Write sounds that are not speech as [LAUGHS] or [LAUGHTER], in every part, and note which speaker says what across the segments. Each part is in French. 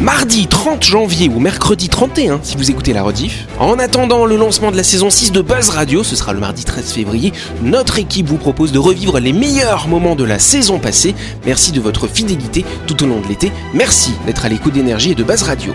Speaker 1: Mardi 30 janvier ou mercredi 31 si vous écoutez la rediff. En attendant le lancement de la saison 6 de Buzz Radio, ce sera le mardi 13 février, notre équipe vous propose de revivre les meilleurs moments de la saison passée. Merci de votre fidélité tout au long de l'été. Merci d'être à l'écoute d'énergie et de Buzz Radio.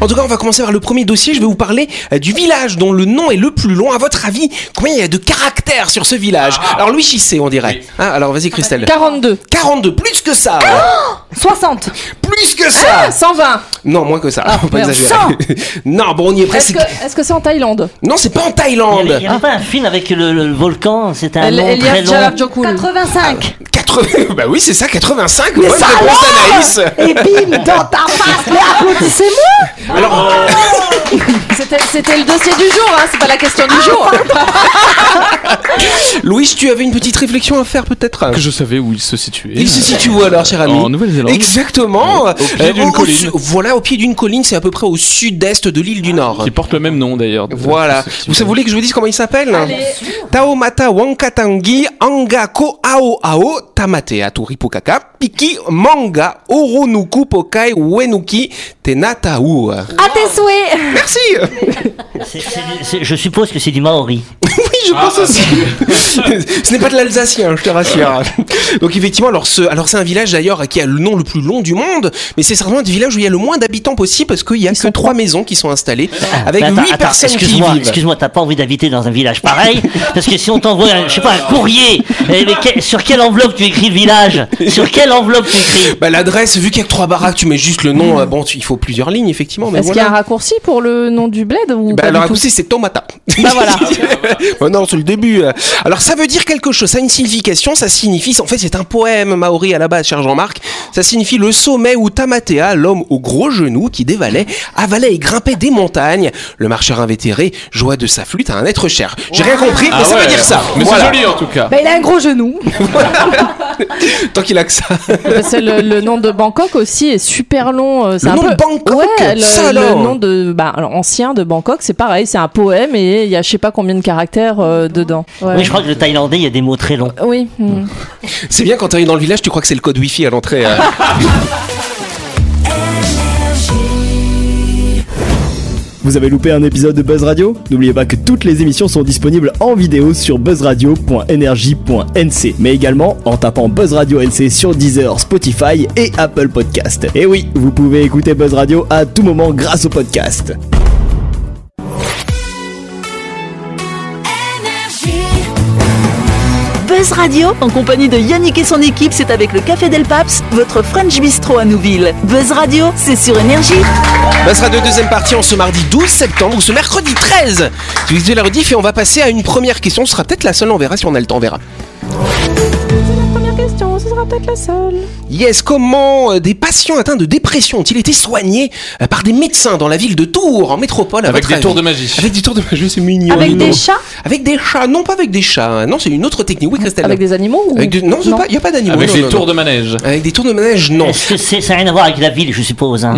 Speaker 1: En tout cas, on va commencer par le premier dossier. Je vais vous parler euh, du village dont le nom est le plus long. À votre avis, combien il y a de caractères sur ce village Alors, Louis Chissé, on dirait. Hein, alors, vas-y, Christelle.
Speaker 2: bah, 42,
Speaker 1: 42, plus que ça
Speaker 2: 60,
Speaker 1: Plus que ça
Speaker 2: Ah 120.
Speaker 1: Non, moins que ça. on va pas
Speaker 2: merde.
Speaker 1: exagérer. [LAUGHS] non, bon, on y est
Speaker 2: Est-ce
Speaker 1: presque.
Speaker 2: que est-ce que c'est en Thaïlande
Speaker 1: Non, c'est pas en
Speaker 3: Il n'y avait,
Speaker 1: Thaïlande.
Speaker 3: il y avait pas un film avec le, le volcan, c'était un
Speaker 2: El-
Speaker 3: nom très
Speaker 2: Elias
Speaker 3: long.
Speaker 2: Jalabjokul.
Speaker 4: 85
Speaker 1: 80... [LAUGHS] Bah oui, c'est ça, 85.
Speaker 4: Mais
Speaker 1: Bonne
Speaker 4: ça
Speaker 1: réponse, Anaïs.
Speaker 4: Et bim Dans
Speaker 2: Ah,
Speaker 4: ta
Speaker 1: [LAUGHS]
Speaker 4: face Mais applaudissez-moi
Speaker 1: Alors,
Speaker 2: [LAUGHS] C'était c'était le dossier du jour, hein, c'est pas la question
Speaker 1: Ah,
Speaker 2: du jour.
Speaker 1: Louis, tu avais une petite réflexion à faire peut-être
Speaker 5: que je savais où il se situait.
Speaker 1: Il se situe où alors, cher ami
Speaker 5: euh, En Nouvelle-Zélande.
Speaker 1: Exactement.
Speaker 5: Au pied
Speaker 1: Euh,
Speaker 5: d'une colline. Ah,
Speaker 1: su- Voilà, au pied d'une colline, c'est à peu près au sud-est de l'île du Nord.
Speaker 5: Qui porte le même nom d'ailleurs.
Speaker 1: Voilà. Vous savez- voulez que je vous dise comment il s'appelle Taomata Wankatangi Angako Ao Ao Tamate Aturipokaka Piki Manga Oronuku Pokai Wenuki Tenatau.
Speaker 4: À tes souhaits
Speaker 1: Merci [LAUGHS]
Speaker 3: C'est- c'est du- c'est- je suppose que c'est du maori.
Speaker 1: Oui, je
Speaker 3: Ah.
Speaker 1: pense aussi. [LAUGHS] ce n'est pas de l'alsacien, je te rassure. Donc effectivement, alors ce, alors c'est un village d'ailleurs qui a le nom le plus long du monde, mais c'est certainement un des villages où il y a le moins d'habitants possible parce qu'il y a que trois maisons qui sont installées avec
Speaker 3: Ah. Mais attends,
Speaker 1: huit
Speaker 3: attends,
Speaker 1: personnes qui y
Speaker 3: excuse-moi,
Speaker 1: vivent.
Speaker 3: excuse-moi, t'as pas envie d'habiter dans un village pareil Parce que si on t'envoie, un- je sais pas, un courrier, eh, mais que- sur quelle enveloppe tu écris le village Sur quelle enveloppe tu écris
Speaker 1: Bah, l'adresse, vu qu'il y a que trois baraques, tu mets juste le nom. euh, Bon, tu- il faut plusieurs lignes effectivement, mais
Speaker 2: Est-ce qu'il y a un
Speaker 1: voilà.
Speaker 2: raccourci pour le nom du bled ou
Speaker 1: Bah,
Speaker 2: pas
Speaker 1: alors
Speaker 2: du tout
Speaker 1: écoutez, c'est Tomata.
Speaker 2: Bah,
Speaker 1: [LAUGHS]
Speaker 2: voilà.
Speaker 1: Oh non, c'est le début. euh. Alors ça veut dire quelque chose, ça a une signification, ça signifie, en fait c'est un poème maori à la base, cher Jean-Marc, ça signifie le sommet où Tamatea, l'homme aux gros genoux qui dévalait, avalait et grimpait des montagnes. Le marcheur invétéré joua de sa flûte à un être cher. J'ai rien compris, mais
Speaker 5: Ah
Speaker 1: ça
Speaker 5: ouais.
Speaker 1: veut dire ça.
Speaker 5: Mais
Speaker 1: Voilà.
Speaker 5: c'est joli en tout cas.
Speaker 4: Bah il a un gros genou
Speaker 1: Tant qu'il a que ça.
Speaker 2: Bah, c'est le, le nom de Bangkok aussi est super long. euh, C'est
Speaker 1: Le
Speaker 2: un
Speaker 1: nom
Speaker 2: peu...
Speaker 1: de Bangkok
Speaker 2: Ouais, le,
Speaker 1: Ça
Speaker 2: le
Speaker 1: alors
Speaker 2: nom de bah, alors, ancien de Bangkok, c'est pareil, c'est un poème et il y a je sais pas combien de caractères euh, dedans. Ouais.
Speaker 3: Oui, je crois que le thaïlandais, il y a des mots très longs.
Speaker 2: Oui, mm.
Speaker 1: C'est bien quand t'arrives dans le village, tu crois que c'est le code wifi à l'entrée.
Speaker 5: [LAUGHS]
Speaker 1: euh.
Speaker 6: Vous avez loupé un épisode de Buzz Radio N'oubliez pas que toutes les émissions sont disponibles en vidéo sur buzzradio.energie.nc, mais également en tapant Buzz Radio NC sur Deezer, Spotify et Apple Podcast. Et oui, vous pouvez écouter Buzz Radio à tout moment grâce au podcast.
Speaker 7: Buzz Radio, en compagnie de Yannick et son équipe, c'est avec le Café Del Paps, votre French Bistro à Nouville. Buzz Radio, c'est sur énergie.
Speaker 1: Bah, sera de deuxième partie en ce mardi 12 septembre ou ce mercredi 13. Si vous avez la rediff et on va passer à une première question. Ce sera peut-être la seule, on verra si on a le temps, on verra.
Speaker 2: Première question, ce sera peut-être la seule.
Speaker 1: Yes, comment euh, des patients atteints de dépression ont-ils été soignés euh, par des médecins dans la ville de Tours, en métropole à
Speaker 5: Avec
Speaker 1: votre
Speaker 5: des
Speaker 1: avis
Speaker 5: tours de magie.
Speaker 1: Avec des tours de magie, c'est mignon.
Speaker 2: Avec
Speaker 1: mignon.
Speaker 2: des chats,
Speaker 1: Avec des chats, non pas avec des chats, hein. non c'est une autre technique, oui Christelle.
Speaker 2: avec des animaux ou...
Speaker 1: Avec des- Non, il n'y a pas d'animaux.
Speaker 5: Avec
Speaker 1: non,
Speaker 5: les
Speaker 1: non,
Speaker 5: tours
Speaker 1: non.
Speaker 5: de manège.
Speaker 1: Avec des tours de manège, non.
Speaker 3: Est-ce que c'est- ça n'a rien à voir avec la ville, je suppose hein,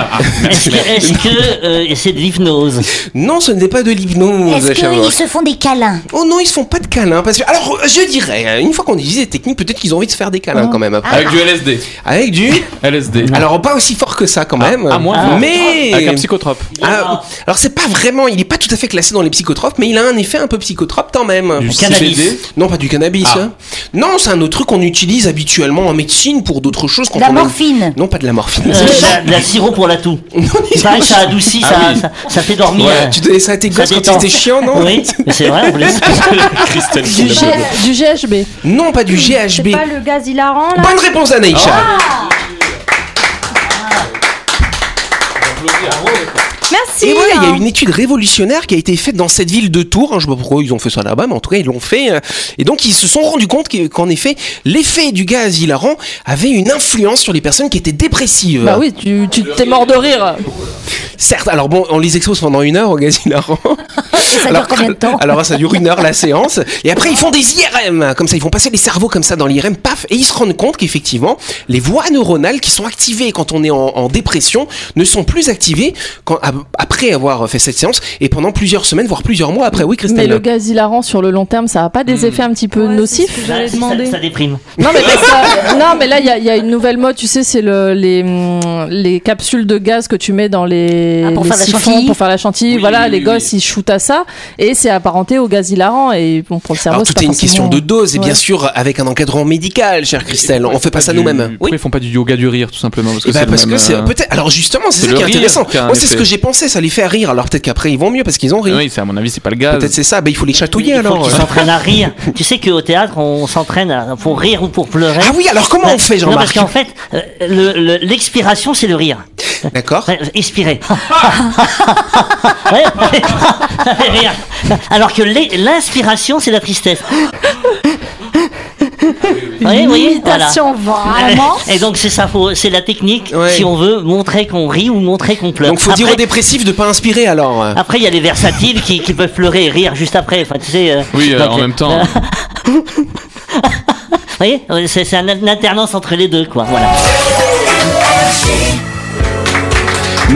Speaker 1: [LAUGHS]
Speaker 3: sur- Est-ce que est-ce que, euh, c'est de l'hypnose
Speaker 1: Non, ce n'est pas de l'hypnose,
Speaker 8: Est-ce
Speaker 1: cher
Speaker 8: qu'ils se font des câlins
Speaker 1: Oh non, ils se font pas de câlins. Parce que, alors, je dirais, euh, une fois qu'on utilise les techniques, peut-être qu'ils ont envie de se faire des câlins quand même. Après.
Speaker 5: Avec du LSD.
Speaker 1: Avec
Speaker 5: [LAUGHS]
Speaker 1: du.
Speaker 5: LSD.
Speaker 1: Alors, pas aussi fort que ça quand même.
Speaker 5: ah, moins fort.
Speaker 1: Mais.
Speaker 5: Avec un psychotrope.
Speaker 1: Ah, alors, c'est pas vraiment. Il est pas tout à fait classé dans les psychotropes, mais il a un effet un peu psychotrope quand même.
Speaker 3: Du
Speaker 5: CBD.
Speaker 3: cannabis.
Speaker 1: Non, pas du cannabis.
Speaker 5: Ah.
Speaker 1: hein. Non, c'est un autre truc qu'on utilise habituellement en médecine pour d'autres choses. Quand
Speaker 8: La
Speaker 1: on a-
Speaker 8: morphine
Speaker 1: Non, pas de la morphine. [LAUGHS]
Speaker 3: Euh, la, la sirop pour la toux. C'est pareil, ça adoucit,
Speaker 5: Ah
Speaker 3: ça,
Speaker 5: oui.
Speaker 3: ça, ça fait dormir.
Speaker 1: Ouais, tu donnais ça à tes
Speaker 3: Ça
Speaker 1: gosses quand
Speaker 3: détend.
Speaker 1: ils étaient chiants, non
Speaker 3: Oui, mais c'est vrai, on vous laisse.
Speaker 1: [LAUGHS]
Speaker 5: Christelle
Speaker 2: Du, G- du GHB.
Speaker 1: Non, pas du
Speaker 4: C'est
Speaker 1: GHB.
Speaker 4: pas le gaz hilarant là Ah
Speaker 1: Bonne réponse, Anaïcha.
Speaker 4: Merci
Speaker 1: Et voilà, il y a une étude révolutionnaire qui a été faite dans cette ville de Tours. hein, je sais pas pourquoi ils ont fait ça là-bas, mais en tout cas, ils l'ont fait. euh, Et donc, ils se sont rendus compte que- qu'en effet, l'effet du gaz hilarant avait une influence sur les personnes qui étaient dépressives.
Speaker 2: Bah oui, tu tu t'es mort de rire.
Speaker 1: Certes, alors bon, on les expose pendant une heure au gaz hilarant.
Speaker 4: Et ça dure
Speaker 1: alors,
Speaker 4: combien de temps
Speaker 1: [LAUGHS] alors, ça dure une heure la séance. Et après, ils font des IRM. Comme ça, ils font passer les cerveaux comme ça dans l'IRM, paf. Et ils se rendent compte qu'effectivement, les voies neuronales qui sont activées quand on est en, en dépression ne sont plus activées quand, ab- après avoir fait cette séance et pendant plusieurs semaines, voire plusieurs mois après. Oui,
Speaker 2: Mais
Speaker 1: Christelle Hmm.
Speaker 2: le gaz hilarant sur le long terme, ça a pas des effets un petit peu
Speaker 4: Ouais, c'est ce
Speaker 2: nocifs
Speaker 4: que
Speaker 3: Bah,
Speaker 4: j'allais
Speaker 3: ça-
Speaker 4: demander.
Speaker 3: Ça, déprime.
Speaker 2: Non mais, mais ça- [LAUGHS] non, mais là, il y a- il y, a une nouvelle mode, tu sais, c'est le, les, hum, les capsules de gaz que tu mets dans les,
Speaker 4: Ah, pour
Speaker 2: les
Speaker 4: faire la
Speaker 2: siphons
Speaker 4: chantilly.
Speaker 2: Pour faire la chantilly.
Speaker 5: Oui,
Speaker 2: voilà,
Speaker 5: oui,
Speaker 2: les
Speaker 5: oui,
Speaker 2: gosses, ils shootent à ça, et c'est apparenté au gaz hilarant, et bon, pour le cerveau,
Speaker 1: Alors,
Speaker 2: c'est
Speaker 1: tout
Speaker 2: pas
Speaker 1: est une
Speaker 2: forcément-
Speaker 1: question de dose et bien
Speaker 2: Ouais.
Speaker 1: sûr avec un encadrement médical, chère Christelle. On fait pas ça
Speaker 5: du-
Speaker 1: nous-mêmes.
Speaker 5: Pourquoi ils font pas du yoga du rire tout simplement Parce que
Speaker 1: Eh ben,
Speaker 5: c'est le
Speaker 1: parce
Speaker 5: même,
Speaker 1: que c'est
Speaker 5: euh,
Speaker 1: peut-être. Alors justement, c'est
Speaker 5: c'est
Speaker 1: ça
Speaker 5: le
Speaker 1: qui est
Speaker 5: rire
Speaker 1: intéressant.
Speaker 5: qui a un
Speaker 1: Moi, c'est ce
Speaker 5: effet.
Speaker 1: que j'ai pensé. Ça les fait rire. Alors peut-être qu'après ils vont mieux parce qu'ils ont ri.
Speaker 5: Ah Oui, c'est à mon avis, c'est pas le gaz.
Speaker 1: Peut-être c'est ça. Ben, il faut les chatouiller
Speaker 3: Il faut
Speaker 1: alors.
Speaker 3: qu'ils s'entraînent à rire. Tu sais qu'au théâtre, on s'entraîne à- pour rire ou pour pleurer.
Speaker 1: Ah oui, alors comment
Speaker 3: Bah,
Speaker 1: on fait,
Speaker 3: Non, parce
Speaker 1: Jean-Marc
Speaker 3: qu'en fait, euh, le- le- l'expiration, c'est le rire.
Speaker 1: D'accord.
Speaker 3: Ouais, Inspirer. [LAUGHS] Ouais, ça fait rire. Alors que l'é- l'inspiration, c'est la tristesse. Vous voyez, vous voyez, voilà.
Speaker 4: Imitation, vraiment.
Speaker 3: Et donc c'est ça, faut- c'est la technique
Speaker 1: Ouais.
Speaker 3: si on veut montrer qu'on rit ou montrer qu'on pleure.
Speaker 1: Donc faut dire aux
Speaker 3: Après-
Speaker 1: dépressifs de pas inspirer alors.
Speaker 3: après, il y a les versatiles qui, qui peuvent pleurer et rire juste après. Enfin, tu sais, euh,
Speaker 5: Oui, euh,
Speaker 3: donc,
Speaker 5: en
Speaker 3: euh,
Speaker 5: même temps.
Speaker 3: Vous voyez, euh, c'est c'est un- une alternance entre les deux, quoi. Voilà.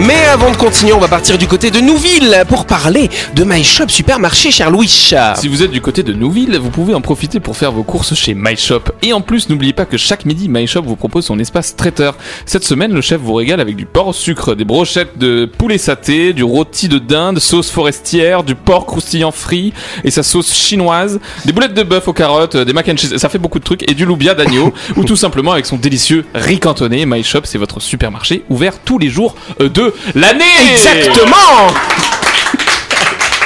Speaker 1: Mais avant de continuer, on va partir du côté de Nouville pour parler de My Shop Supermarché, cher Louis.
Speaker 5: Ah. Si vous êtes du côté de Nouville, vous pouvez en profiter pour faire vos courses chez MyShop. Et en plus, n'oubliez pas que chaque midi, MyShop vous propose son espace traiteur. Cette semaine, le chef vous régale avec du porc au sucre, des brochettes de poulet saté, du rôti de dinde, sauce forestière, du porc croustillant frit et sa sauce chinoise, des boulettes de bœuf aux carottes, euh, des mac and cheese, ça fait beaucoup de trucs, et du
Speaker 1: [LAUGHS]
Speaker 5: loubia d'agneau, ou tout simplement avec son délicieux riz cantonné. MyShop, c'est votre supermarché ouvert tous les jours euh, de l'année
Speaker 1: Exactement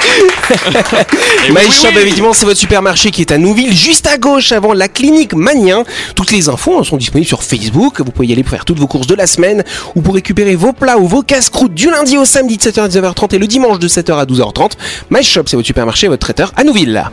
Speaker 3: Eh
Speaker 5: Et oui,
Speaker 1: My
Speaker 5: oui,
Speaker 1: Shop,
Speaker 5: oui.
Speaker 1: évidemment, c'est votre supermarché qui est à Nouville, juste à gauche avant la clinique Magnien. Toutes les infos hein, sont disponibles sur Facebook. Vous pouvez y aller pour faire toutes vos courses de la semaine ou pour récupérer vos plats ou vos casse-croûtes du lundi au samedi de 7h à 19h30 et le dimanche de 7h à 12h30. My Shop, c'est votre supermarché, votre traiteur à Nouville.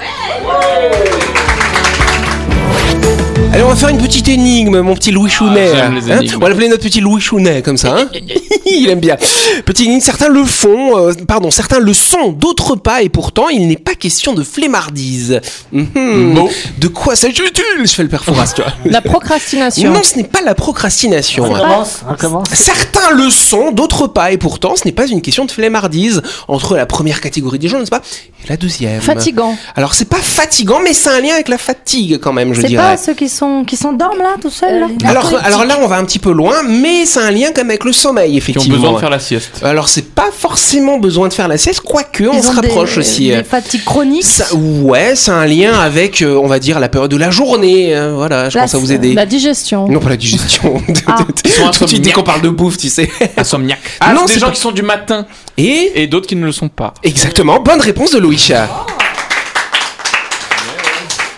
Speaker 1: Allez, on va faire une petite énigme, mon petit Louis Chounet.
Speaker 5: Ah, j'aime les
Speaker 1: Hein
Speaker 5: énigmes.
Speaker 1: on va l'appeler notre petit Louis Chounet, comme ça. hein. [LAUGHS] Il aime bien. Petit énigme, certains le font, euh, pardon, certains le sont, d'autres pas, et pourtant, il n'est pas question de flemmardise. Mhm.
Speaker 5: Bon.
Speaker 1: De quoi s'agit-il Je fais le perforas,
Speaker 5: [LAUGHS]
Speaker 1: tu vois.
Speaker 2: La procrastination.
Speaker 1: Non, ce n'est pas la
Speaker 5: Ah,
Speaker 1: procrastination.
Speaker 3: On commence, on
Speaker 1: [LAUGHS]
Speaker 3: commence.
Speaker 1: Certains le sont, d'autres pas, et pourtant, ce n'est pas une question de flemmardise entre la première catégorie des gens, n'est-ce pas, et la deuxième.
Speaker 2: Fatigant.
Speaker 1: Alors, c'est pas fatigant, mais c'est un lien avec la fatigue quand même, je
Speaker 4: C'est
Speaker 1: dirais. Euh,
Speaker 4: pas ceux qui sont qui s'endorment là tout seuls là
Speaker 1: Alors, alors là, on va un petit peu loin, mais c'est un lien quand même avec le sommeil,
Speaker 5: Qui ont
Speaker 1: effectivement.
Speaker 5: besoin de faire la sieste.
Speaker 1: Alors, c'est pas forcément besoin de faire la sieste, quoique on
Speaker 4: Ils
Speaker 1: se
Speaker 4: ont des- euh,
Speaker 1: rapproche aussi. euh,
Speaker 4: Des fatigues chroniques.
Speaker 1: Ça- ouais, c'est un lien avec, euh, on va dire, la période de la journée. hein, voilà, je
Speaker 4: La-
Speaker 1: pense à vous aider.
Speaker 2: La digestion.
Speaker 1: Non, pas la [LAUGHS] digestion.
Speaker 4: Ah.
Speaker 1: Tout de suite, dès qu'on parle de bouffe, tu sais.
Speaker 5: Insomniaque.
Speaker 1: Ah,
Speaker 5: Ah,
Speaker 1: non,
Speaker 5: c'est
Speaker 1: c'est
Speaker 5: des gens
Speaker 1: pas-
Speaker 5: qui sont du matin
Speaker 1: Et
Speaker 5: et Oh. d'autres qui ne le sont pas.
Speaker 1: Exactement, bonne réponse de Louisha.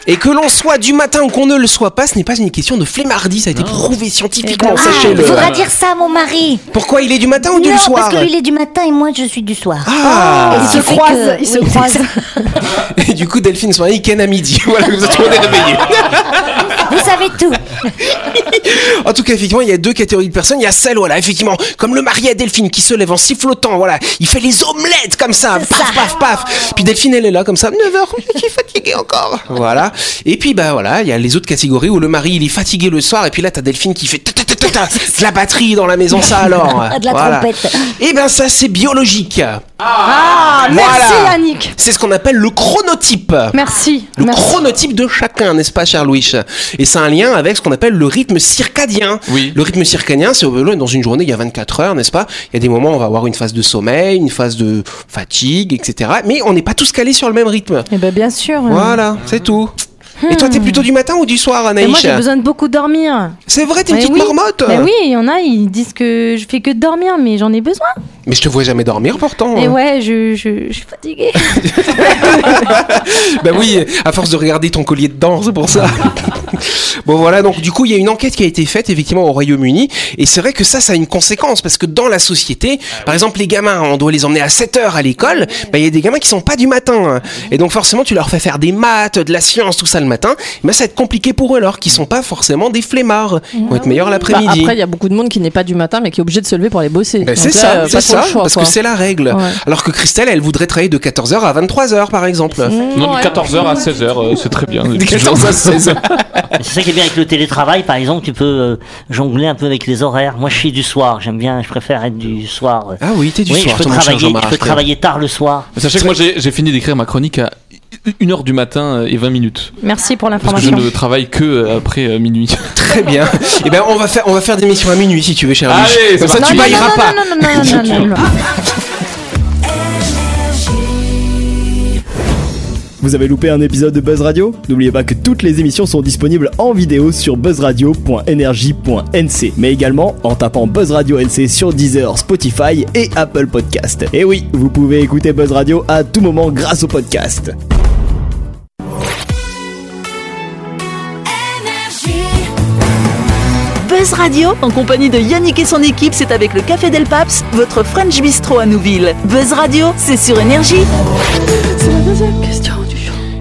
Speaker 1: Et que l'on soit du matin ou qu'on ne le soit pas, ce n'est pas une question de flemmardie, ça a été prouvé scientifiquement,
Speaker 4: Eh ben,
Speaker 8: Ah, il
Speaker 1: sachez-le.
Speaker 8: faudra dire ça à mon mari.
Speaker 1: Pourquoi il est du matin ou du
Speaker 8: non,
Speaker 1: soir
Speaker 8: parce que lui, il est du matin et moi, je suis du soir.
Speaker 1: Ah
Speaker 4: Ils se
Speaker 8: fait que-
Speaker 4: croisent, ils se
Speaker 8: oui,
Speaker 4: croisent.
Speaker 1: Et du coup, Delphine soirée Ken à midi. [LAUGHS] Voilà, comme ça, tout le monde est réveillé.
Speaker 8: Vous savez tout.
Speaker 3: Ah,
Speaker 1: En tout cas, effectivement, il y a deux catégories de personnes. Il y a celle, voilà, effectivement, comme le mari à Delphine qui se lève en sifflotant, voilà. Il fait les omelettes comme ça, paf, paf, paf. Puis Delphine, elle est là comme ça, 9h, je suis fatiguée encore. Voilà. Et puis, bah voilà, il y a les autres catégories où le mari, il est fatigué le soir. Et puis là, t'as Delphine qui fait ta, ta, ta, ta, ta, de la batterie dans la maison, ça alors.
Speaker 8: De la trompette.
Speaker 1: Et ben, ça, c'est biologique.
Speaker 4: Ah, merci
Speaker 1: Voilà.
Speaker 4: Yannick.
Speaker 1: C'est ce qu'on appelle le chronotype.
Speaker 4: Merci.
Speaker 1: Le
Speaker 4: Merci.
Speaker 1: chronotype de chacun, n'est-ce pas, cher Louis Et c'est un lien avec ce qu'on appelle le rythme circadien.
Speaker 5: Oui.
Speaker 1: Le rythme circadien, c'est euh, dans une journée, il y a 24 heures, n'est-ce pas Il y a des moments où on va avoir une phase de sommeil, une phase de fatigue, etc. Mais on n'est pas tous calés sur le même rythme.
Speaker 4: Eh ben bien sûr.
Speaker 1: Voilà, c'est tout. Et toi, t'es plutôt du matin ou du soir,
Speaker 4: Hmm. Mais
Speaker 1: Anaïs
Speaker 4: moi, j'ai besoin de beaucoup dormir.
Speaker 1: C'est vrai, t'es une
Speaker 4: Mais
Speaker 1: petite
Speaker 4: oui.
Speaker 1: marmotte
Speaker 4: Mais oui, il y en a, ils disent que je fais que dormir, mais j'en ai besoin.
Speaker 1: Mais je te vois jamais dormir pourtant. hein.
Speaker 4: Et ouais, je, je, je suis fatiguée.
Speaker 1: Bah oui, à force de regarder ton collier de danse, c'est pour ça. bon voilà, donc du coup, il y a une enquête qui a été faite effectivement au Royaume-Uni. Et c'est vrai que ça, ça a une conséquence. Parce que dans la société, par exemple, les gamins, on doit les emmener à 7 heures à l'école. Bah, il y a des gamins qui sont pas du matin. Et donc forcément, tu leur fais faire des maths, de la science, tout ça le matin. Mais ça va être compliqué pour eux alors qu'ils sont pas forcément des flemmards. Ils vont être meilleurs
Speaker 2: Bah,
Speaker 1: l'après-midi.
Speaker 2: après, il y a beaucoup de monde qui n'est pas du matin, mais qui est obligé de se lever pour aller bosser.
Speaker 1: Ben,
Speaker 2: Donc
Speaker 1: c'est
Speaker 2: là, euh,
Speaker 1: ça,
Speaker 2: pas
Speaker 1: c'est
Speaker 2: trop le
Speaker 1: ça,
Speaker 2: choix,
Speaker 1: parce
Speaker 2: quoi.
Speaker 1: que c'est la règle.
Speaker 2: Ouais.
Speaker 1: Alors que Christelle, elle voudrait travailler de 14h à 23h, par exemple.
Speaker 5: Non, de 14h à 16h, euh, c'est très
Speaker 1: [LAUGHS]
Speaker 5: bien.
Speaker 1: De 14h à 16h.
Speaker 3: C'est ça qui est bien avec le télétravail, par exemple, tu peux euh, jongler un peu avec les horaires. Moi, je suis du soir, j'aime bien, je préfère être du soir. euh.
Speaker 1: Ah oui, t'es du
Speaker 3: oui,
Speaker 1: soir,
Speaker 3: je peux,
Speaker 1: toi, mon cher
Speaker 3: travailler, je
Speaker 1: Jean-Marc.
Speaker 3: peux travailler tard le soir.
Speaker 5: Sachez que moi, j'ai j'ai fini d'écrire ma chronique à 1h du matin euh, et 20 minutes.
Speaker 4: Merci pour
Speaker 5: Parce que je
Speaker 4: l'information.
Speaker 5: ne travaille que euh, après euh, minuit.
Speaker 1: Très bien. Et ben on va faire on va faire des missions à minuit si tu veux, cher
Speaker 5: Allez,
Speaker 1: Mich.
Speaker 5: c'est
Speaker 1: Comme ça
Speaker 5: parti.
Speaker 1: tu
Speaker 4: non, non,
Speaker 1: bailleras pas.
Speaker 4: non, non, non, non, non, non, non.
Speaker 5: [LAUGHS]
Speaker 6: Vous avez loupé un épisode de Buzz Radio N'oubliez pas que toutes les émissions sont disponibles en vidéo sur buzzradio.energie.nc, mais également en tapant Buzz Radio NC sur Deezer, Spotify et Apple Podcast. Et oui, vous pouvez écouter Buzz Radio à tout moment grâce au podcast.
Speaker 7: Buzz Radio, en compagnie de Yannick et son équipe, c'est avec le Café Del Paps, votre French Bistro à Nouville. Buzz Radio, c'est sur Énergie.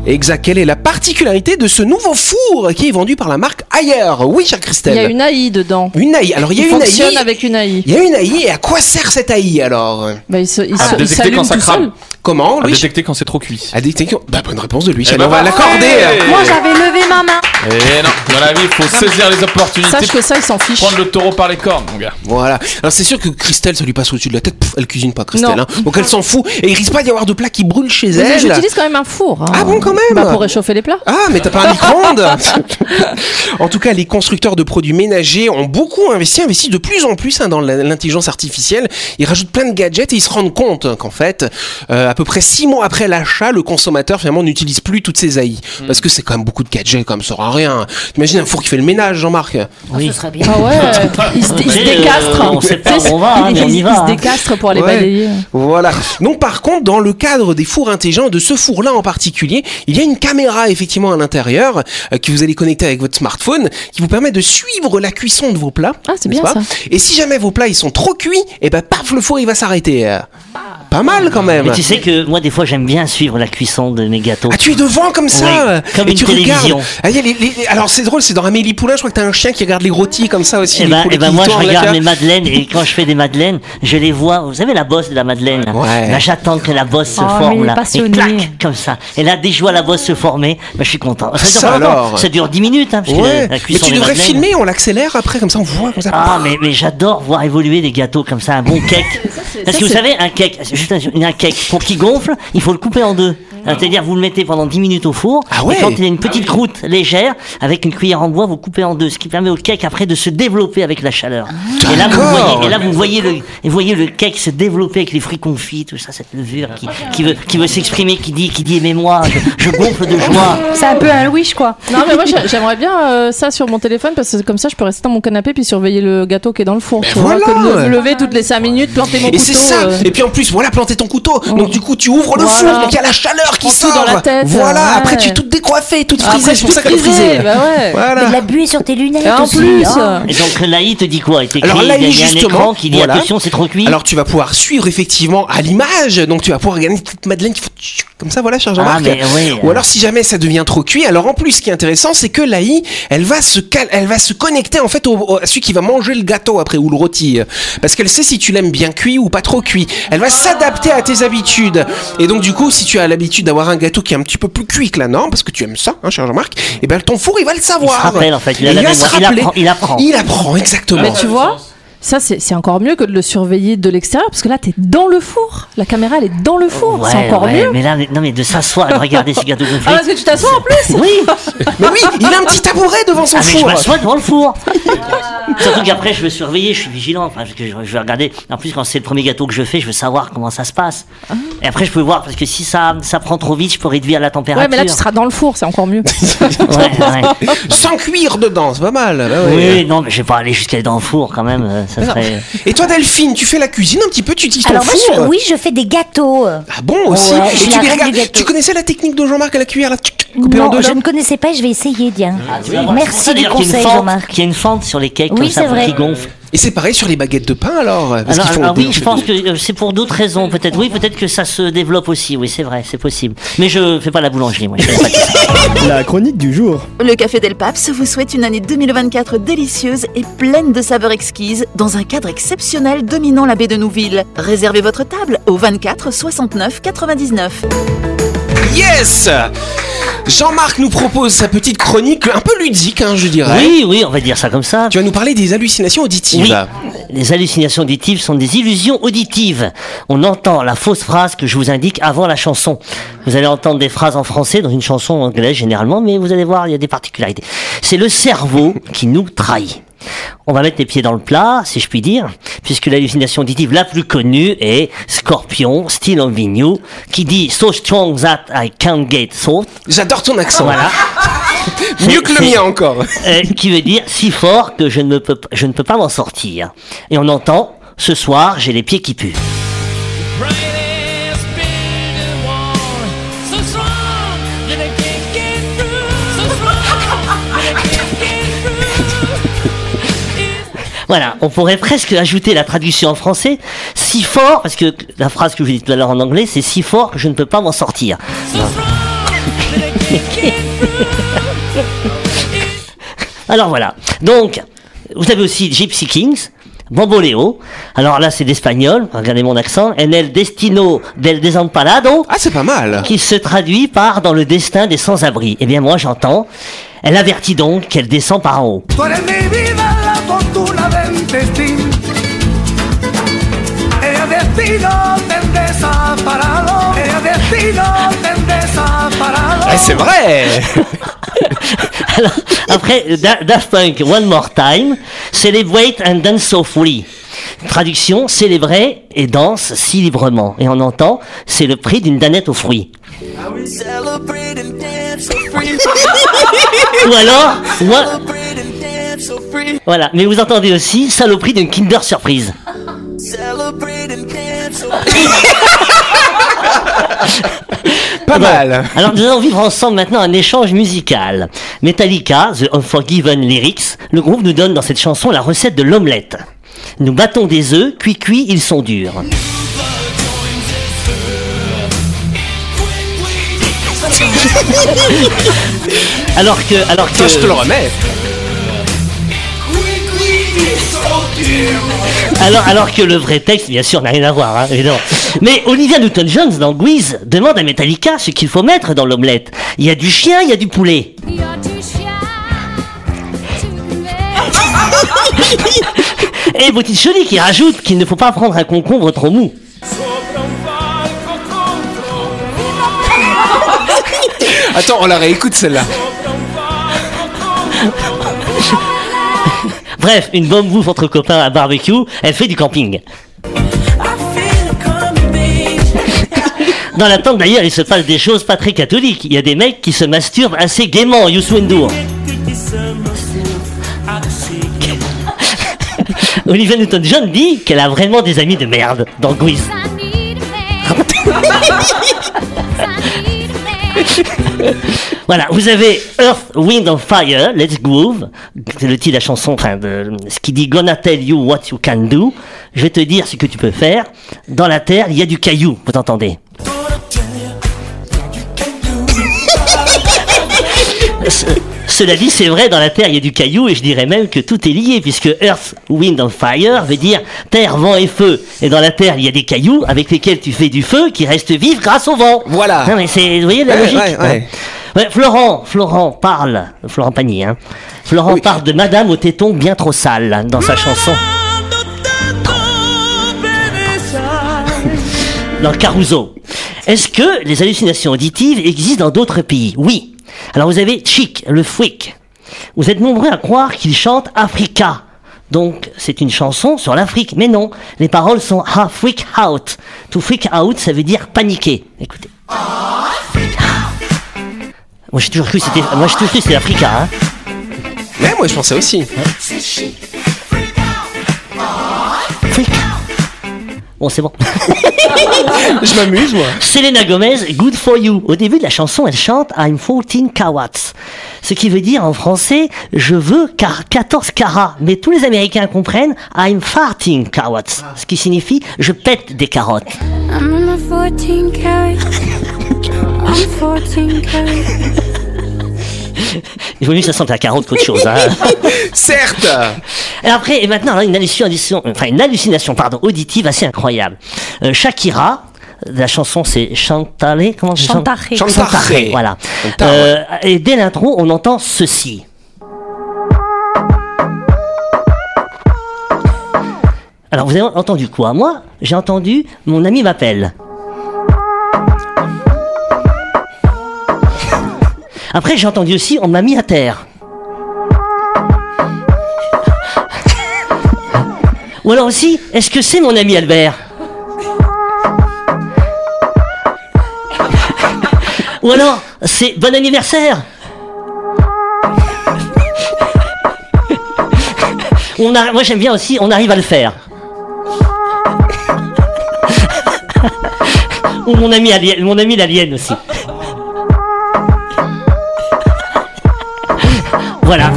Speaker 1: Exact. Quelle est la particularité de ce nouveau four qui est vendu par la marque Ayer Oui, cher
Speaker 2: Il
Speaker 1: Christelle.
Speaker 2: y a une AI dedans.
Speaker 1: Une AI. Alors il y a une
Speaker 2: fonctionne
Speaker 1: AI.
Speaker 2: avec une AI.
Speaker 1: Il y a une AI. Et à quoi sert cette AI alors
Speaker 2: Bah, il se- il
Speaker 5: Ah,
Speaker 2: se- il
Speaker 5: détecter
Speaker 2: s'allume
Speaker 5: quand ça
Speaker 2: tout
Speaker 5: crame.
Speaker 2: seul.
Speaker 1: Comment
Speaker 5: À
Speaker 1: Louis
Speaker 5: détecter quand Ah, c'est trop cuit.
Speaker 1: À détecter. Bah bonne réponse de Louis.
Speaker 5: Eh
Speaker 1: Alors,
Speaker 5: ben
Speaker 1: on va
Speaker 5: voilà.
Speaker 1: l'accorder.
Speaker 4: Moi, j'avais levé ma main.
Speaker 5: Eh non, dans la vie, il faut saisir les opportunités.
Speaker 2: Sache que ça, il s'en fiche.
Speaker 5: Prendre le taureau par les cornes, mon gars.
Speaker 1: Voilà. Alors c'est sûr que Christelle, ça lui passe au-dessus de la tête. Pouf, elle cuisine pas, Christelle.
Speaker 2: Non.
Speaker 1: hein. Donc elle s'en fout. Et il risque pas d'y avoir de plat qui brûle chez
Speaker 2: Mais
Speaker 1: elle.
Speaker 2: J'utilise quand même un four. hein.
Speaker 1: Ah bon, quand même
Speaker 2: Bah, Pour réchauffer les plats.
Speaker 1: Ah, mais t'as pas un micro-ondes En tout cas, les constructeurs de produits ménagers ont beaucoup investi, investi de plus en plus hein, dans la- l'intelligence artificielle. Ils rajoutent plein de gadgets et ils se rendent compte qu'en fait, euh, à peu près six mois après l'achat, le consommateur finalement n'utilise plus toutes ces AI. Parce que c'est quand même beaucoup de gadgets, comme ça sert à rien. T'imagines un four qui fait le ménage, Jean-Marc
Speaker 3: Oui.
Speaker 8: Ce serait bien.
Speaker 2: Ah
Speaker 3: [LAUGHS]
Speaker 2: ouais, il se, il se
Speaker 3: Euh,
Speaker 2: décastre.
Speaker 3: on sait pas où
Speaker 2: Tu sais,
Speaker 3: on va, hein,
Speaker 2: il,
Speaker 3: mais on y
Speaker 2: il
Speaker 3: va,
Speaker 2: se
Speaker 3: hein.
Speaker 2: décastre pour aller
Speaker 1: Ouais.
Speaker 2: balayer.
Speaker 1: Voilà. Donc par contre, dans le cadre des fours intelligents, de ce four-là en particulier, il y a une caméra effectivement à l'intérieur euh, que vous allez connecter avec votre smartphone, qui vous permet de suivre la cuisson de vos plats.
Speaker 2: Ah,
Speaker 1: n'est-ce
Speaker 2: c'est bien,
Speaker 1: pas
Speaker 2: ça.
Speaker 1: Et si jamais vos plats ils sont trop cuits, et ben paf, le four il va s'arrêter. Euh, Pas mal quand même.
Speaker 3: Mais tu sais que moi, des fois, j'aime bien suivre la cuisson de mes gâteaux.
Speaker 1: Ah, tu es devant comme ça euh.
Speaker 3: Oui, comme
Speaker 1: et
Speaker 3: une
Speaker 1: tu
Speaker 3: télévision.
Speaker 1: regardes. Ah, il y a les- les- Alors c'est drôle, c'est dans Amélie Poulain, je crois que t'as un chien qui regarde les rôtis comme ça aussi.
Speaker 3: Eh
Speaker 1: les
Speaker 3: ben,
Speaker 1: poulets
Speaker 3: eh ben
Speaker 1: qui
Speaker 3: moi je
Speaker 1: tournent, là, tu
Speaker 3: regarde
Speaker 1: vois.
Speaker 3: mes madeleines et quand je fais des madeleines, je les vois. Vous savez la bosse de la madeleine là
Speaker 1: Ouais.
Speaker 3: Là, j'attends que la bosse se
Speaker 4: Oh, mais il
Speaker 3: forme
Speaker 4: est
Speaker 3: là. Et
Speaker 4: passionné.
Speaker 3: clac comme ça. Et là dès que je vois la bosse se former, ben, je suis content. Ça dure
Speaker 1: Ça
Speaker 3: pas longtemps.
Speaker 1: alors
Speaker 3: Ça dure 10 minutes hein, parce que
Speaker 1: Ouais.
Speaker 3: la, la
Speaker 1: Mais
Speaker 3: cuisson
Speaker 1: tu
Speaker 3: des
Speaker 1: devrais
Speaker 3: madeleines-
Speaker 1: filmer, on l'accélère après comme ça, on voit comme ça.
Speaker 3: Ah mais, mais j'adore voir évoluer des gâteaux comme [LAUGHS] ça, un bon cake. Parce que vous savez, un cake, juste un, un cake, pour qu'il gonfle, il faut le couper en deux. Hein, C'est-à-dire vous le mettez pendant 10 minutes au four,
Speaker 1: Ah ouais
Speaker 3: et quand il y a une petite croûte légère, avec une cuillère en bois, vous coupez en deux, ce qui permet au cake après de se développer avec la chaleur. et là vous
Speaker 1: D'accord.
Speaker 3: voyez, et là vous voyez le, et voyez le cake se développer avec les fruits confits, tout ça, cette levure qui, qui veut, qui veut s'exprimer, qui dit, qui dit aimez-moi, je, je gonfle de joie.
Speaker 4: C'est un peu un Louis, quoi.
Speaker 2: Non, mais moi, j'a- j'aimerais bien euh, ça sur mon téléphone parce que comme ça, je peux rester dans mon canapé puis surveiller le gâteau qui est dans le four. tu vois,
Speaker 1: Ben voilà.
Speaker 2: que de me- me lever toutes les 5 minutes, planter mon
Speaker 1: Et
Speaker 2: couteau.
Speaker 1: c'est ça.
Speaker 2: euh. Oh.
Speaker 1: Et puis en plus, voilà, planter ton couteau. Donc du coup, tu ouvres le
Speaker 2: Voilà.
Speaker 1: four, donc il y a la chaleur qui
Speaker 2: Prends tout
Speaker 1: sort.
Speaker 2: dans la tête, euh,
Speaker 1: Voilà.
Speaker 2: ouais.
Speaker 1: Après, tu es toute décoiffée, toute
Speaker 2: Après,
Speaker 1: frisée.
Speaker 2: je
Speaker 1: C'est pour
Speaker 2: suis
Speaker 1: ça qu'elle est
Speaker 2: frisée,
Speaker 1: frisée.
Speaker 2: bah ouais.
Speaker 8: Mais
Speaker 1: Voilà.
Speaker 8: de la buée sur tes lunettes
Speaker 2: Et en
Speaker 8: aussi,
Speaker 2: plus,
Speaker 8: hein.
Speaker 1: Ah.
Speaker 2: euh,
Speaker 3: Et donc l'AI te dit quoi Il t'écrit,
Speaker 1: Alors,
Speaker 3: il y a-
Speaker 1: l'AI,
Speaker 3: il y a un
Speaker 1: justement,
Speaker 3: écran qui dit
Speaker 1: voilà.
Speaker 3: attention c'est trop cuit.
Speaker 1: Alors tu vas pouvoir suivre effectivement à l'image, donc tu vas pouvoir regarder une petite madeleine qui fait tchou, comme ça, voilà, cher Jean-Marc.
Speaker 3: Ah, mais oui.
Speaker 1: Ou alors si jamais ça devient trop cuit, alors en plus ce qui est intéressant, c'est que l'AI, elle va se cal- elle va se connecter en fait au, au- à celui qui va manger le gâteau après ou le rôti, euh, parce qu'elle sait si tu l'aimes bien cuit ou pas trop cuit. Elle va s'adapter à tes habitudes. Et donc du coup, si tu as l'habitude d'avoir un gâteau qui est un petit peu plus cuit que la norme, parce que tu aimes ça, hein, cher Jean-Marc, et ben ton four il va le savoir.
Speaker 3: rappelle, en fait. Il a la
Speaker 1: va
Speaker 3: mémoire.
Speaker 1: se
Speaker 3: Il
Speaker 1: rappeler.
Speaker 3: apprend- il apprend.
Speaker 1: Il apprend exactement.
Speaker 2: Mais tu vois, Ça, c'est c'est encore mieux que de le surveiller de l'extérieur, parce que là, t'es dans le four. La caméra, elle est dans le four.
Speaker 3: Ouais,
Speaker 2: c'est encore
Speaker 3: ouais,
Speaker 2: mieux.
Speaker 3: Mais là, mais- non, mais de s'asseoir et de regarder ces gâteaux gonflés.
Speaker 2: Ah, parce que tu t'assois en plus
Speaker 3: Oui,
Speaker 1: Mais oui, il a un petit tabouret devant son
Speaker 3: ah, mais je
Speaker 1: four.
Speaker 3: m'assois devant le four. Surtout qu'après, je veux surveiller, je suis vigilant. Enfin, parce que je, je vais regarder. En plus, quand c'est le premier gâteau que je fais, je veux savoir comment ça se passe. Et après, je peux voir, parce que si ça, ça prend trop vite, je peux réduire la température.
Speaker 2: Ouais, mais là, tu seras dans le four, c'est encore mieux.
Speaker 3: Ouais, ouais.
Speaker 1: Sans cuire dedans, c'est pas mal. bah ouais.
Speaker 3: Oui, oui, non, mais je vais pas aller jusqu'à dans le four quand même. euh, Ça serait.
Speaker 1: Et toi, Delphine, tu fais la cuisine un petit peu, tu utilises ton
Speaker 8: Alors moi,
Speaker 1: four
Speaker 8: je, oui, je fais des gâteaux. euh.
Speaker 1: euh. Ah bon aussi
Speaker 8: Ouais, je
Speaker 1: Et
Speaker 8: suis
Speaker 1: tu
Speaker 8: la
Speaker 1: les
Speaker 8: reine
Speaker 1: regardes.
Speaker 8: du gâteau.
Speaker 1: Tu connaissais la technique de Jean-Marc à la cuillère, là, tchou, tchou, coupé en
Speaker 8: Non,
Speaker 1: deux
Speaker 8: je
Speaker 1: là
Speaker 8: ne connaissais pas, je vais essayer, tiens.
Speaker 3: Ah,
Speaker 8: Merci du
Speaker 3: D'ailleurs, qu'il y a une
Speaker 8: conseil,
Speaker 3: fente-
Speaker 8: Jean-Marc.
Speaker 3: Qu'il y a une fente sur les cakes
Speaker 8: Oui,
Speaker 3: comme ça
Speaker 8: c'est
Speaker 3: pour
Speaker 8: vrai.
Speaker 3: qu'ils gonflent.
Speaker 1: Et c'est pareil sur les baguettes de pain alors euh, parce
Speaker 3: Alors,
Speaker 1: qu'ils font
Speaker 3: alors
Speaker 1: des-
Speaker 3: oui, je pense que euh, c'est pour d'autres raisons, peut-être. Oui, peut-être que ça se développe aussi. Oui, c'est vrai, c'est possible. Mais je fais pas la boulangerie, moi. je fais pas de-
Speaker 6: La chronique du jour.
Speaker 7: Le Café Del Paps vous souhaite une année 2024 délicieuse et pleine de saveurs exquises dans un cadre exceptionnel dominant la baie de Nouville. Réservez votre table au 24 69 99.
Speaker 1: Yes Jean-Marc nous propose sa petite chronique un peu ludique, hein, je dirais.
Speaker 3: Oui, oui, on va dire ça comme ça.
Speaker 1: Tu vas nous parler des hallucinations auditives.
Speaker 3: Les hallucinations auditives sont des illusions auditives. On entend la fausse phrase que je vous indique avant la chanson. Vous allez entendre des phrases en français dans une chanson anglaise généralement, mais vous allez voir, il y a des particularités. C'est le cerveau qui nous trahit. On va mettre les pieds dans le plat, si je puis dire, puisque l'hallucination auditive la plus connue est Scorpion, Still on Vigneault, qui dit So strong that I can't get thought.
Speaker 1: J'adore ton accent.
Speaker 3: Voilà.
Speaker 1: Mieux que le
Speaker 3: C'est-
Speaker 1: mien encore.
Speaker 3: Euh, qui veut dire si fort que je ne, me peux, p- je ne peux pas m'en sortir. Et on entend ce soir, j'ai les pieds qui puent. Voilà, on pourrait presque ajouter la traduction en français, si fort, parce que la phrase que je vous ai dit tout à l'heure en anglais, c'est si fort que je ne peux pas m'en sortir. Alors voilà. Donc, vous avez aussi Gypsy Kings, Bamboléo. Alors là, c'est d'espagnol. Regardez mon accent. En el destino del desamparado.
Speaker 1: Ah, c'est pas mal.
Speaker 3: Qui se traduit par dans le destin des sans-abri. Eh bien, moi, j'entends. Elle avertit donc qu'elle descend par en haut.
Speaker 9: Tú eres mi vida, la fortuna del destino. El destino del desamparado. El destino del desamparado.
Speaker 1: Ah, c'est vrai.
Speaker 3: Alors, après, Da- Daft Punk, One More Time, Celebrate and Dance So Free. Traduction, célébrer et danse si librement. Et on entend, c'est le prix d'une danette aux fruits. Ou alors, moi- Voilà, mais vous entendez aussi saloperie d'une Kinder Surprise.
Speaker 5: Eh
Speaker 1: Pas
Speaker 5: ben,
Speaker 1: mal.
Speaker 3: Alors nous allons vivre ensemble maintenant un échange musical. Metallica, The Unforgiven Lyrics, le groupe nous donne dans cette chanson la recette de l'omelette. Nous battons des œufs, cuit cuit, ils sont durs. Alors que, alors que,
Speaker 1: Toi, je te le remets.
Speaker 3: alors, alors que le vrai texte, bien sûr, n'a rien à voir, hein, évidemment. Mais Olivia Newton-Jones dans Guise demande à Metallica ce qu'il faut mettre dans l'omelette. Il y a du chien, il y a du poulet. Et Botticelli qui rajoute qu'il ne faut pas prendre un concombre trop mou.
Speaker 1: Attends, on la réécoute celle-là.
Speaker 3: Bref, une bonne bouffe entre copains à barbecue, elle fait du camping. Dans la tente d'ailleurs, il se passe des choses pas très catholiques. Il y a des mecs qui se masturbent assez gaiement, Youssou N'Dour. [LAUGHS] Olivia Newton-John dit qu'elle a vraiment des amis de merde dans Guiz. Voilà, vous avez Earth, Wind and Fire, Let's Groove, c'est le titre de la chanson, enfin, de, ce qui dit Gonna tell you what you can do, je vais te dire ce que tu peux faire. Dans la terre, il y a du caillou, vous entendez [LAUGHS] Ce- Cela dit, c'est vrai, dans la terre, il y a du caillou, et je dirais même que tout est lié, puisque Earth, Wind and Fire veut dire terre, vent et feu. Et dans la terre, il y a des cailloux avec lesquels tu fais du feu qui reste vif grâce au vent.
Speaker 1: Voilà.
Speaker 3: Non, mais c'est, vous voyez la
Speaker 1: Ouais,
Speaker 3: logique
Speaker 1: ouais, ouais.
Speaker 3: Ouais, Florent, Florent parle, Florent Pagny, hein. Florent parle de Madame au téton bien trop sale dans sa chanson. dans le Caruso. Est-ce que les hallucinations auditives existent dans d'autres pays Oui. Alors vous avez Chic, le fouic. Vous êtes nombreux à croire qu'il chante Africa. Donc c'est une chanson sur l'Afrique. Mais non, les paroles sont Ah, freak out. To freak out, ça veut dire paniquer. Écoutez. Moi j'ai toujours cru que c'était, moi j'ai toujours cru que c'était Africa. Hein.
Speaker 1: Mais moi je pensais aussi.
Speaker 3: Freak. Bon c'est bon. [LAUGHS]
Speaker 1: Je m'amuse moi.
Speaker 3: Selena Gomez, Good for You. Au début de la chanson, elle chante I'm 14 kawats. Ce qui veut dire en français, je veux car- 14 carats. Mais tous les Américains comprennent I'm farting kawats. Ce qui signifie je pète des carottes.
Speaker 10: I'm a 14 carat. I'm 14 carat.
Speaker 3: Il vaut mieux que ça sente la carotte qu'autre chose. hein.
Speaker 1: Certes
Speaker 3: Et après, et maintenant, là, une hallucination, enfin, une hallucination, pardon, auditive assez incroyable. Euh, Shakira, la chanson c'est Chantale, comment c'est
Speaker 4: Chantaré.
Speaker 1: Chantaré.
Speaker 3: voilà.
Speaker 1: Chantaré.
Speaker 3: Euh, et dès l'intro, on entend ceci. Alors, vous avez entendu quoi Moi, j'ai entendu mon ami m'appelle. Après, j'ai entendu aussi on m'a mis à terre. Ou alors aussi, est-ce que c'est mon ami Albert Ou alors, c'est bon anniversaire on a, Moi j'aime bien aussi, on arrive à le faire. Ou mon ami, alien- mon ami l'alien aussi. Voilà.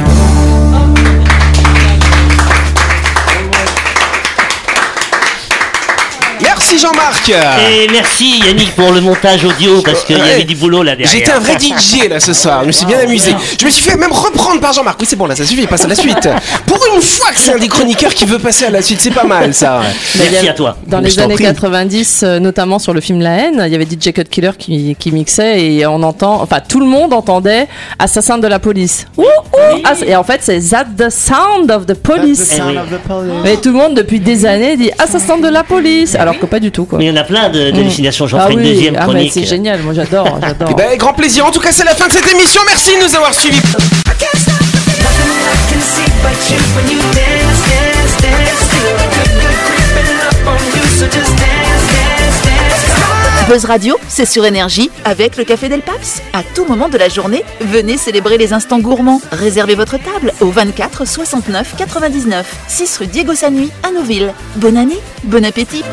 Speaker 1: Merci Jean-Marc
Speaker 2: Ah.
Speaker 3: Et merci Yannick pour le montage audio parce qu'il y
Speaker 1: Ouais.
Speaker 3: avait du boulot là derrière.
Speaker 1: J'étais un vrai DJ là ce soir, je me suis bien amusé. Je me suis fait même reprendre par Jean-Marc. Oui, c'est bon, là ça suffit, passe à la suite. Pour une fois que c'est un des chroniqueurs qui veut passer à la suite, c'est pas mal ça.
Speaker 3: Merci à toi.
Speaker 2: Dans
Speaker 1: Je
Speaker 2: les
Speaker 1: t'en
Speaker 2: années
Speaker 1: prie.
Speaker 2: 90, euh, notamment sur le film La haine, il y avait DJ Cut Killer qui, qui mixait et on entend, enfin tout le monde entendait Assassin de la police. Ouh, ouh, ass- et en fait c'est That the Sound of the Police.
Speaker 3: Eh oui.
Speaker 2: Et tout le monde depuis des années dit Assassin de la police, alors que pas du tout quoi.
Speaker 3: Mais il y en a plein de- d'hallucinations. J'en
Speaker 2: Ah
Speaker 3: ferai une
Speaker 2: oui,
Speaker 3: deuxième
Speaker 2: ah, mais
Speaker 3: chronique. Eh
Speaker 2: c'est génial, moi j'adore,
Speaker 3: [LAUGHS]
Speaker 2: j'adore.
Speaker 1: Et ben, avec grand plaisir. En tout cas, c'est la fin de cette émission. Merci de nous avoir suivis.
Speaker 7: Buzz Radio, c'est sur énergie avec le Café Del Paps. À tout moment de la journée, venez célébrer les instants gourmands. Réservez votre table au 24 69 99 6 rue Diego Sanui à Nouville. Bonne année, bon appétit.